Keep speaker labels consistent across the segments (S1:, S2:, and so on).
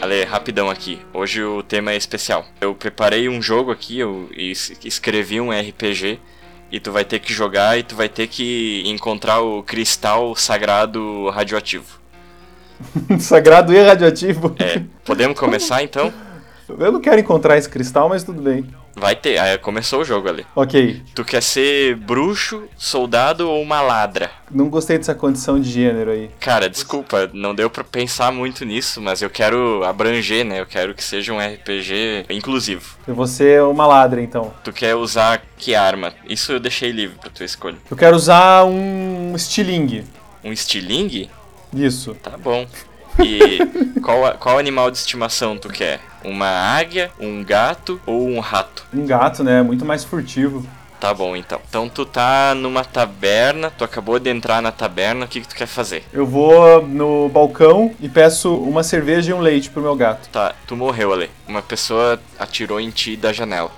S1: Ale, rapidão aqui. Hoje o tema é especial. Eu preparei um jogo aqui, eu es- escrevi um RPG e tu vai ter que jogar e tu vai ter que encontrar o cristal sagrado radioativo.
S2: Sagrado e radioativo.
S1: É, podemos começar então?
S2: Eu não quero encontrar esse cristal, mas tudo bem.
S1: Vai ter. Aí começou o jogo, Ale.
S2: Ok,
S1: Tu quer ser bruxo, soldado ou uma ladra?
S2: não gostei dessa condição de gênero aí.
S1: Cara, desculpa, não deu pra pensar muito nisso, mas eu quero abranger, né? Eu quero que seja um RPG inclusivo.
S2: Eu vou ser uma ladra, então.
S1: Tu quer usar que arma? Isso eu deixei livre pra tua escolha.
S2: Eu quero usar um estilingue.
S1: Um estilingue?
S2: Isso.
S1: Tá bom. E qual, a- qual animal de estimação tu quer? Uma águia, um gato ou um rato?
S2: Um gato, né? Muito mais furtivo.
S1: Tá bom, então. Então tu tá numa taberna, tu acabou de entrar na taberna, o que, que tu quer fazer?
S2: Eu vou no balcão e peço uma cerveja e um leite pro meu gato.
S1: Tá, tu morreu, Ale. Uma pessoa atirou em ti da janela.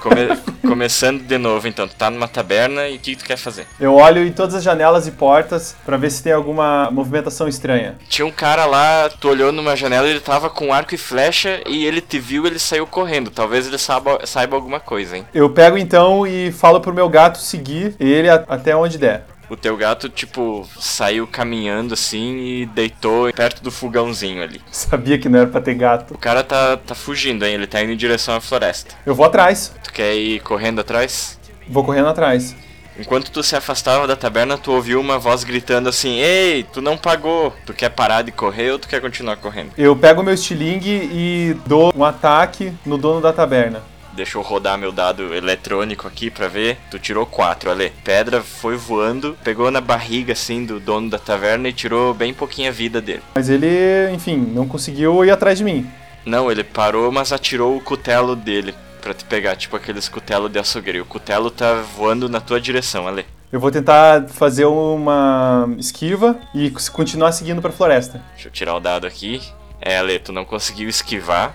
S1: Come- começando de novo, então. Tu tá numa taberna e o que, que tu quer fazer?
S2: Eu olho em todas as janelas e portas pra ver se tem alguma movimentação estranha.
S1: Tinha um cara lá, tu olhou numa janela, ele tava com arco e flecha e ele te viu, ele saiu correndo. Talvez ele saiba, saiba alguma coisa, hein?
S2: Eu pego então e falo pro meu gato seguir ele a- até onde der.
S1: O teu gato, tipo, saiu caminhando assim e deitou perto do fogãozinho ali.
S2: Sabia que não era pra ter gato.
S1: O cara tá, tá fugindo, hein? Ele tá indo em direção à floresta.
S2: Eu vou atrás.
S1: Tu quer ir correndo atrás?
S2: Vou correndo atrás.
S1: Enquanto tu se afastava da taberna, tu ouviu uma voz gritando assim: Ei, tu não pagou! Tu quer parar de correr ou tu quer continuar correndo?
S2: Eu pego meu estilingue e dou um ataque no dono da taberna.
S1: Deixa eu rodar meu dado eletrônico aqui pra ver. Tu tirou 4, Ale. Pedra foi voando, pegou na barriga assim do dono da taverna e tirou bem pouquinha vida dele.
S2: Mas ele, enfim, não conseguiu ir atrás de mim.
S1: Não, ele parou, mas atirou o cutelo dele pra te pegar, tipo aqueles cutelo de açougueiro. O cutelo tá voando na tua direção, Ale.
S2: Eu vou tentar fazer uma esquiva e c- continuar seguindo pra floresta.
S1: Deixa eu tirar o dado aqui. É, Ale, tu não conseguiu esquivar.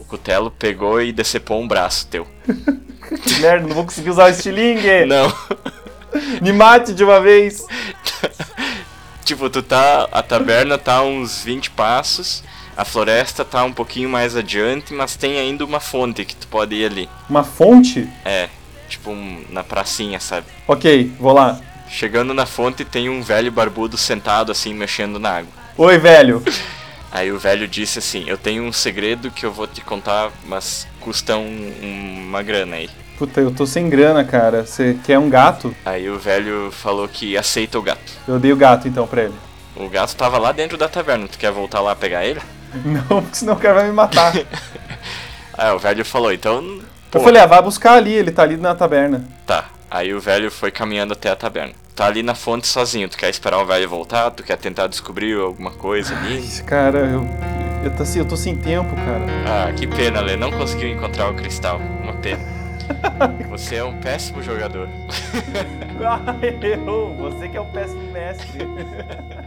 S1: O cutelo pegou e decepou um braço teu.
S2: Que merda, não vou conseguir usar o estilingue!
S1: Não.
S2: Me mate de uma vez!
S1: Tipo, tu tá. A taberna tá a uns 20 passos, a floresta tá um pouquinho mais adiante, mas tem ainda uma fonte que tu pode ir ali.
S2: Uma fonte?
S1: É, tipo um- na pracinha, sabe?
S2: Ok, vou lá.
S1: Chegando na fonte tem um velho barbudo sentado assim, mexendo na água.
S2: Oi, velho.
S1: Aí o velho disse assim: Eu tenho um segredo que eu vou te contar, mas custa um- um- uma grana aí.
S2: Puta, eu tô sem grana, cara. Você quer um gato?
S1: Aí o velho falou que aceita o gato.
S2: Eu dei o gato então pra ele.
S1: O gato tava lá dentro da taverna, tu quer voltar lá pegar ele?
S2: Não, porque senão o cara vai me matar.
S1: Aí o velho falou: Então. pô,
S2: Eu falei, ah, vai buscar ali, ele tá ali na taberna.
S1: Tá. Aí o velho foi caminhando até a taberna. Tá ali na fonte sozinho. Tu quer esperar o velho voltar? Tu quer tentar descobrir alguma coisa ali?
S2: Esse cara, eu. Eu tô, sem- eu tô sem tempo, cara.
S1: Ah, que pena, Lê. Não conseguiu encontrar o cristal. Uma pena. Você é um péssimo jogador.
S2: Ah, eu! Você que é o péssimo mestre.